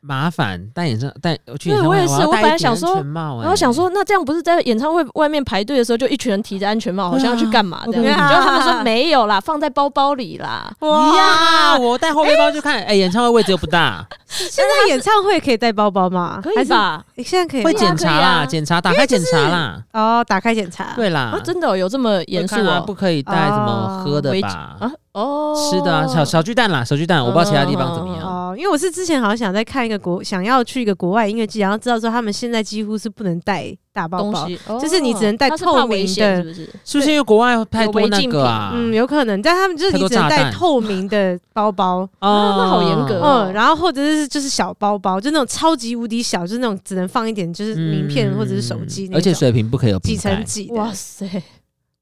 S3: 麻烦？戴眼罩戴我去演
S1: 对
S3: 唱
S1: 我
S3: 会，
S1: 也是
S3: 要
S1: 我
S3: 戴
S1: 本
S3: 一
S1: 来
S3: 顶
S1: 想
S3: 安
S1: 说
S3: 全帽，哎
S1: 然后想说，那这样不是在演唱会外面排队的时候，就一群人提着安全帽，好像要去干嘛这样？
S2: 对啊
S1: 然后他们说没有啦，放在包包里啦。
S3: 哎呀，
S2: 哇，
S3: 我戴后背包去看，哎，演唱会位置又不大，
S2: 现在演唱会可以带包包吗？
S1: 可以吧？
S2: 啊还是？现在可以
S3: 会
S2: 吗
S3: 检查
S1: 可以
S3: 啦，
S1: 啊
S3: 检查打开检查啦，
S2: 哦，打开检查。
S3: 对啦
S1: 哦，，真的哦、有这么严肃
S3: 啊会看啊
S1: 哦？
S3: 不可以带什么
S2: 哦
S3: 喝的
S1: 围
S3: 吧？
S1: 啊，哦，
S3: 吃的啊，小小巨蛋啦，小巨蛋，我不知道其他地方怎么样。
S2: 哦，因为我是之前好像想在看一个国，想要去一个国外音乐季，然后知道说他们现在几乎是不能带大包
S1: 东
S2: 包，
S1: 西，
S2: 就是你只能戴
S1: 带
S2: 透明的
S1: 是不是？
S3: 是不是因为国外太多那个啊？
S2: 嗯，有可能，但他们就是
S3: 太
S2: 你
S3: 多
S2: 只能
S3: 炸
S2: 带
S3: 弹
S2: 透明的包包，
S3: 哦
S1: 那好严格哦
S2: 嗯，然后或者是就是小包包，就那种超级无敌小，就是那种只能放一点就是名片或者是手机
S3: 嗯
S2: 那种，
S3: 而且水瓶不可以有
S2: 几
S3: 瓶
S2: 层
S3: 盖，
S2: 几的
S1: 哇，塞！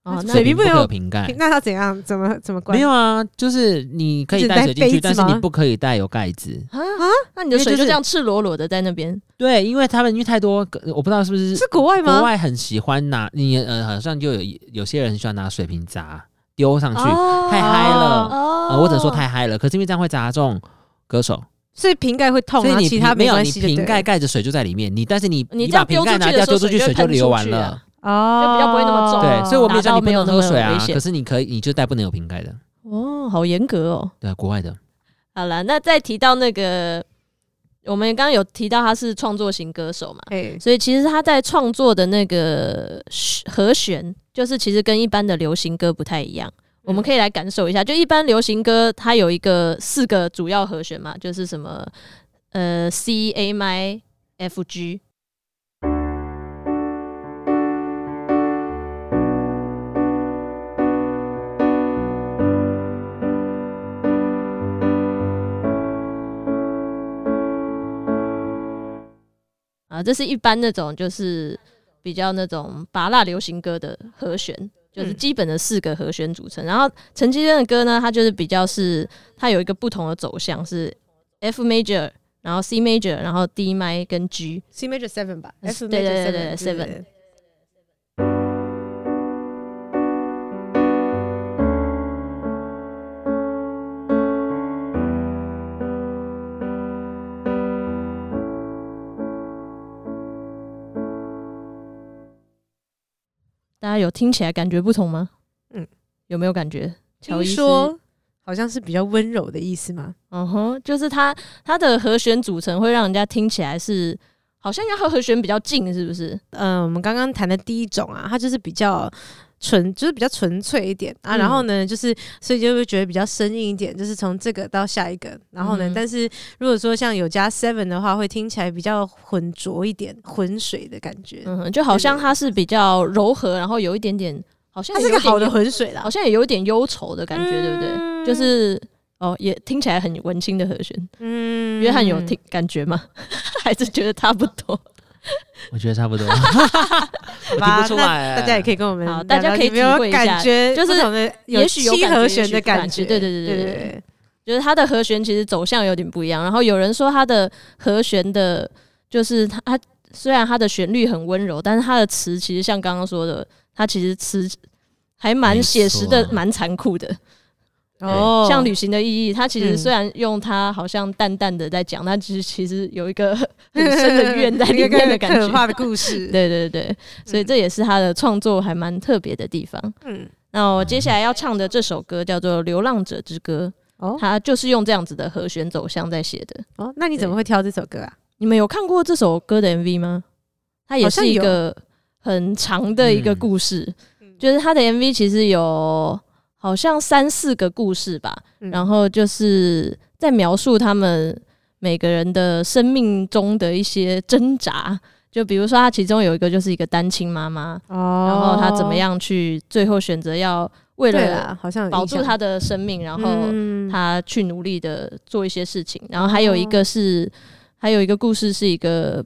S1: 啊，那
S3: 水
S2: 水瓶
S3: 瓶
S2: 不
S3: 不
S2: 能
S3: 可以
S2: 有
S3: 有瓶盖。
S2: 那要怎样？怎么怎么关？
S3: 没有啊，就是你可以带水进去，但是你不可以带有盖子。
S1: 啊那你的
S3: 因为就
S1: 水
S3: 是
S1: 就这样赤裸裸的在那边，
S3: 对，因为他们因为太多，我不知道是不是
S2: 是国外吗？
S3: 国外很喜欢拿你呃，好像就有有些人很喜欢拿水瓶砸丢上去，太嗨了。呃，
S1: 哦
S3: 我只能说太嗨了，可是因为这样会砸中歌手，
S2: 所以瓶盖会痛
S3: 所以
S2: 啊，
S3: 你
S2: 其他
S3: 瓶没有
S2: 关
S3: 你
S2: 系的。
S3: 瓶盖盖着水就在里面，你但是你
S1: 你这
S3: 把
S1: 样丢
S3: 瓶
S1: 出
S3: 盖
S1: 去
S3: 拿
S1: 的
S3: 掉
S1: 时
S3: 丢
S1: 候
S3: 出去
S1: 水就会
S3: 水就
S1: 喷
S3: 流
S1: 出
S3: 完
S1: 去
S3: 了
S1: 啊。
S2: 哦，
S1: 就比较不会那么重
S3: 对，
S1: 哦
S3: 所以我没有
S1: 拿
S3: 叫
S1: 到
S3: 你不
S1: 没有
S3: 能
S1: 那
S3: 喝
S1: 么
S3: 水啊
S1: 危，险
S3: 可是你可以，你就带不能有瓶盖的，
S1: 哦，好严格哦。
S3: 对，国外的，
S1: 好了，那再提到那个，我们刚刚有提到他是创作型歌手嘛，
S2: 哎，
S1: 所以其实他在创作的那个和弦，就是其实跟一般的流行歌不太一样。我们可以来感受一下，就一般流行歌它有一个四个主要和弦嘛，就是什么呃 C A M I F G，啊，这是一般那种就是比较那种拔辣流行歌的和弦，就是
S2: 嗯
S1: 基本的四个和弦组成。然后陈绮贞的歌呢，它就是比较是它有一个不同的走向，是 F major，然后 C major，然后 D m i 跟 G。
S2: C major seven 吧，F
S1: 对
S2: major
S1: 对对对
S2: seven，对
S1: seven
S2: 对
S1: 大家有听起来感觉不同吗？
S2: 嗯
S1: 嗯，有没有感觉？乔
S2: 听
S1: 伊斯
S2: 说好像是比较温柔的意思吗？
S1: 嗯哼，就是它它的和弦组成会让人家听起来是好像要和和弦比较近，是不是？
S2: 嗯，我们刚刚谈的第一种啊，它就是比较纯，就是比较纯粹一点啊。
S1: 嗯
S2: 然后呢，就是所以就会觉得比较生硬一点，就是从这个到下一个。然后呢，
S1: 嗯
S2: 但是如果说像有加 seven 的话，会听起来比较浑浊一点，浑水的感觉。
S1: 嗯哼，就好像它是比较柔和，然后有一点点好像
S2: 它是
S1: 有
S2: 个
S1: 点
S2: 好的浑水啦
S1: 好，像也有一点忧愁的感觉，对不对？
S2: 嗯
S1: 就是哦，也听起来很文青的和弦。
S2: 嗯
S1: 约翰有听感觉吗？ 还是觉得差不多？
S3: 我觉得差 不多，
S2: 好
S3: 我听
S2: 吧
S3: 不出来
S2: 那大家也可以跟我们
S1: 好
S2: 聊聊，
S1: 大家可以
S2: 有没有
S1: 体会一下
S2: 感觉
S1: 就是
S2: 不同的，
S1: 也许有
S2: 七
S1: 感觉
S2: 和
S1: 也
S2: 弦
S1: 许
S2: 的
S1: 不感
S2: 觉。
S1: 觉对对对对对就是它的和弦其实走向有点不一样。然后有人说它的和弦的，就是它它虽然它的旋律很温柔，但是它的词其实像刚刚说的，它其实词还蛮写实
S3: 没
S1: 的，
S3: 错
S1: 蛮残酷的。
S2: 嗯哦
S1: 像旅行的意义，它其实
S2: 嗯
S1: 虽然用它好像淡淡的在讲，但其实其实有一个很深 的怨在里面的感
S2: 可怕
S1: 觉。
S2: 的故事。，
S1: 对对对，所以这也是他的创作还蛮特别的地方。
S2: 嗯，
S1: 那我接下来要唱的这首歌叫做《流浪者之歌》，
S2: 哦
S1: 它就是用这样子的和弦走向在写的。
S2: 哦，那你怎么会挑这首歌啊？
S1: 你们有看过这首歌的 MV 吗？它也
S2: 好像
S1: 是
S2: 有
S1: 一个很长的一个
S3: 嗯
S1: 故事，就是它的 MV 其实有好像三四个故事吧，
S2: 嗯
S1: 然后就是在描述他们每个人的生命中的一些挣扎。就比如说，他其中有一个就是一个单亲妈妈，
S2: 哦，
S1: 然后她怎么？样去最后选择要为
S2: 对
S1: 了
S2: 啦，好像有
S1: 保
S2: 印
S1: 住
S2: 象
S1: 她，的生命，然后
S2: 嗯
S1: 他去努力的做一些事情。然后还有一个
S2: 哦
S1: 是，还有一个故事是一个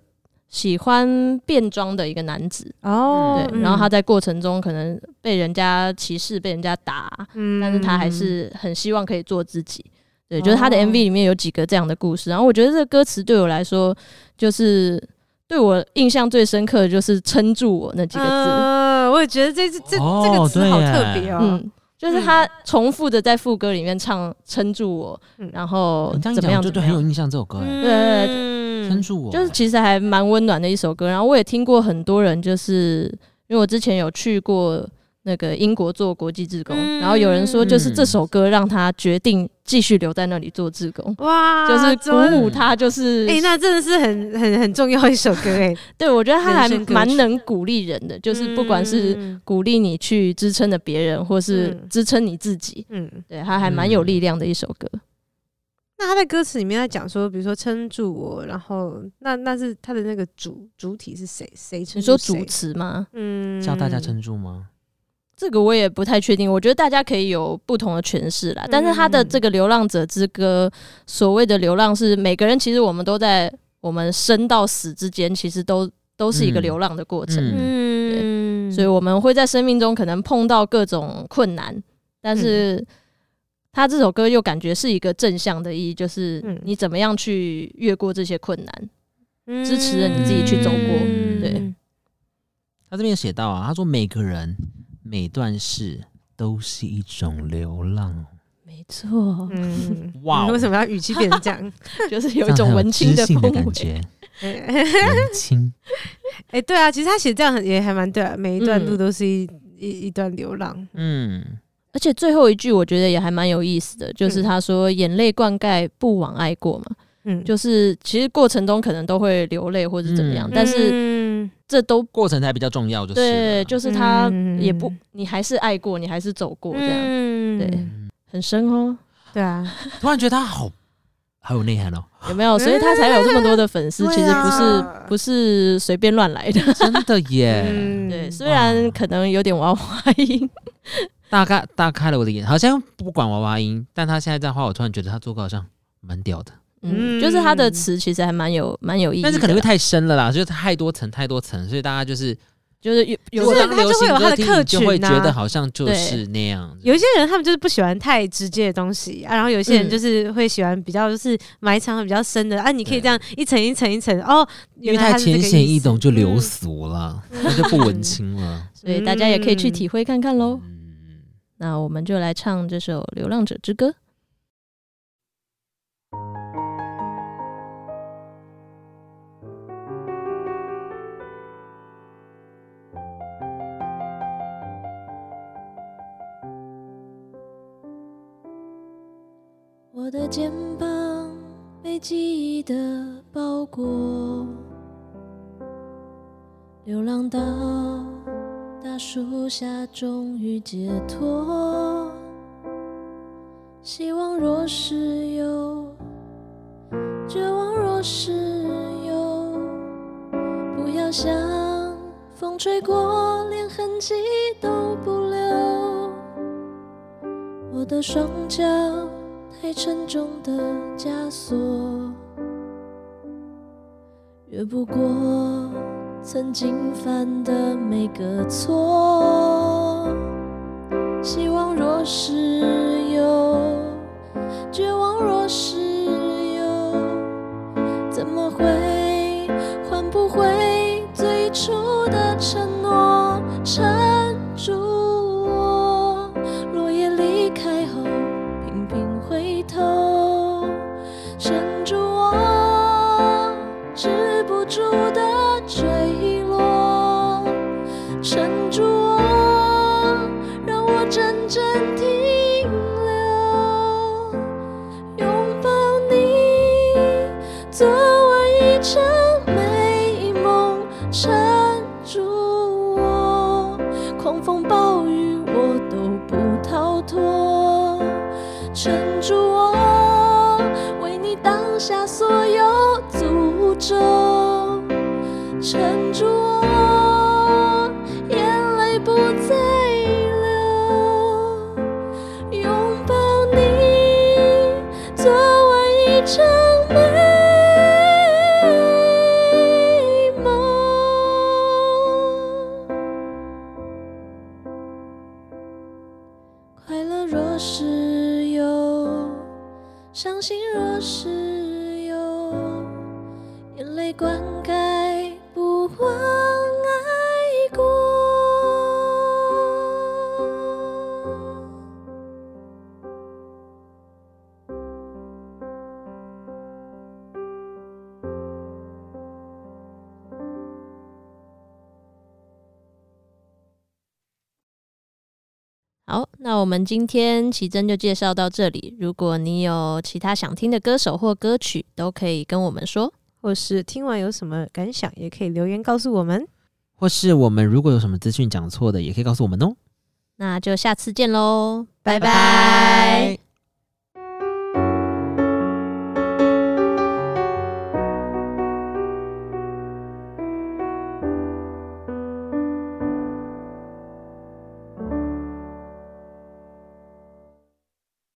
S1: 喜欢变装的一个男子，
S2: 哦，
S1: 嗯对，然后他在过程中可能被人家歧视、被人家打，
S2: 嗯，嗯
S1: 但是他还是很希望可以做自己。对，就是他的
S2: 哦
S1: MV 里面有几个这样的故事。然后我觉得这个歌词对我来说，就是对我印象最深刻的就是“撑住我”那几个字。
S2: 嗯，我也觉得这这这
S3: 哦
S2: 这个词好特
S3: 对
S2: 别
S3: 耶
S2: 哦。
S1: 嗯，就是他重复的在副歌里面唱“撑住我
S2: 嗯”，
S1: 然后
S3: 哦你这样
S1: 怎么
S3: 讲，
S1: 样
S3: 就
S1: 怎
S3: 对
S1: 么
S3: 很
S1: 样
S3: 有。印哦象这首歌，哎，
S1: 对对
S3: 撑
S2: 嗯，
S3: 住我，
S1: 就是其实还蛮温暖的一首歌。然后我也听过很多人，就是因为我之前有去过那个英国做国际志工，
S2: 嗯
S1: 然后有人说就是这首歌让他决定继续留在那里做志工。
S2: 哇，
S1: 就是
S2: 怎么
S1: 鼓舞他，就是、
S2: 哎、那真的是很很很重要一首歌哎、
S1: 对我觉得他还
S2: 人生歌曲
S1: 蛮能鼓励人的， 就是不管是
S2: 嗯
S1: 鼓励你去支撑着别人，或是
S2: 嗯
S1: 支撑你自己，
S2: 嗯，
S1: 对他还蛮有力量的一首歌。
S2: 那他在歌词里面在讲说，比如说撑住我，然后那那是他的那个主主体是谁？谁撑？
S1: 你说主，词吗？
S2: 嗯
S3: 叫大家，撑住吗？
S1: 这个我也不太确定，我觉得大家可以有不同的诠释啦。但是他的这个《流浪者之歌》，所谓的流浪是每个人其实我们都在我们生到死之间，其实都都是一个
S3: 嗯
S1: 流浪的过程，
S3: 嗯
S2: 嗯，
S1: 所以我们会在生命中可能碰到各种困难，但是他这首歌又感觉是一个正向的意义，就是
S2: 嗯
S1: 你怎么样去越过这些困难。
S2: 以
S1: 支持着你自己去走过
S2: 嗯
S1: 对，
S3: 他这边写到啊，他说每个人每段事都是一种流浪，
S1: 没错，
S2: 嗯，
S3: 哇
S2: 你
S3: 哦
S2: 为什么要语气变成这样？
S1: 就是有一
S3: 这样很
S1: 种
S3: 有
S1: 文青
S3: 知性
S1: 氛
S3: 的
S1: 围。
S3: 感 觉，
S2: 哎、
S3: 文青。
S2: 哎对啊，其实他写这样很也还蛮对、啊，每一段路
S1: 嗯
S2: 都是一、一一段流浪，
S3: 嗯，
S1: 而且最后一句我觉得也还蛮有意思的，就是
S2: 嗯
S1: 他说“眼泪灌溉不枉爱过”嘛，
S2: 嗯，
S1: 就是其实过程中可能都会流泪或者怎么样，
S3: 嗯
S1: 但是
S2: 嗯
S1: 这都
S3: 过程才比较重要，就是
S1: 对，
S3: 了
S1: 就是他
S2: 嗯
S1: 也不，你还是爱过，你还是走过，这样
S2: 嗯
S1: 对
S3: 嗯
S1: 很深 哦，
S2: 对啊，
S3: 突然觉得他好好有内涵 哦，
S1: 有没有？所以他才有这么多的粉丝，
S3: 对啊
S1: 其实不是不是随便乱来的。
S3: 真的耶！
S2: 嗯，
S1: 对，虽然可能有点娃娃音，
S3: 大概大开了我的眼，好像不管娃娃音，但他现在这样话，我突然觉得他做歌好像蛮屌的，
S1: 嗯，
S2: 嗯
S1: 就是他的词其实还蛮有蛮有意义的
S3: 但
S1: 啦，
S3: 是可能会太深了啦，就是太多层太多层，所以大家就是
S1: 就是有有
S2: 不
S3: 如
S2: 是
S1: 的
S3: 果
S1: 啊
S3: 当流行歌听，你就会觉得好像就是
S1: 对
S3: 那样子。
S2: 有一些人他们就是不喜欢太直接的东西啊，然后有一些人
S1: 嗯
S2: 就是会喜欢比较就是埋藏得比较深的啊，你可以这样一层一层一层哦，
S3: 因
S2: 原
S3: 为
S2: 来
S3: 太
S2: 它是这个
S3: 浅显易
S2: 意思嗯
S3: 懂就流俗 了，那就不文青了。
S1: 所以大家也可以去体会看看喽。
S3: 嗯，
S1: 那我们就来唱这首《流浪者之歌》。
S5: 我的肩膀被记忆的包裹，流浪到大树下，终于解脱。希望若是有，绝望若是有，不要像风吹过，连痕迹都不留。我的双脚太沉重的枷锁，越不过曾经犯的每个错。希望若是有，绝望若是有，怎么会换不回最初的承诺？撑住我，落叶离开后，拼
S1: 啊撑住我，为你挡下所有诅咒，撑住我，眼泪不再流，拥抱你，做完一场美梦。快乐若是有，伤心若是有，眼泪灌溉不忘爱过。
S5: 好，那我们今天奇珍就介绍到这里。如果你有其他想听的歌手或歌曲，都可以跟我们说。
S2: 或是听完有什么感想，也可以留言告诉我们。
S3: 或是我们如果有什么资讯讲错的，也可以告诉我们哦。
S5: 那就下次见喽，
S2: 拜拜